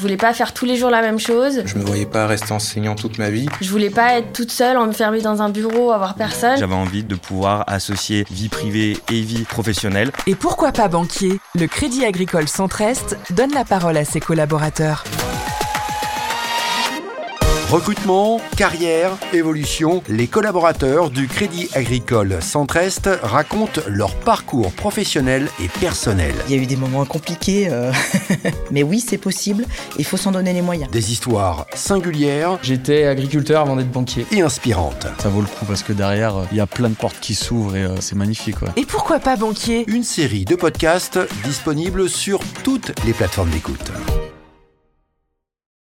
voulais pas faire tous les jours la même chose. Je me voyais pas rester enseignant toute ma vie. Je voulais pas être toute seule, enfermée dans un bureau, avoir personne. J'avais envie de pouvoir associer vie privée et vie professionnelle. Et pourquoi pas banquier Le Crédit Agricole Centre-Est donne la parole à ses collaborateurs. Recrutement, carrière, évolution, les collaborateurs du Crédit Agricole Centre-Est racontent leur parcours professionnel et personnel. Il y a eu des moments compliqués, euh... mais oui, c'est possible, il faut s'en donner les moyens. Des histoires singulières J'étais agriculteur avant d'être banquier. et inspirantes. Ça vaut le coup parce que derrière, euh, il y a plein de portes qui s'ouvrent et euh, c'est magnifique. ouais. Et pourquoi pas banquier Une série de podcasts disponibles sur toutes les plateformes d'écoute.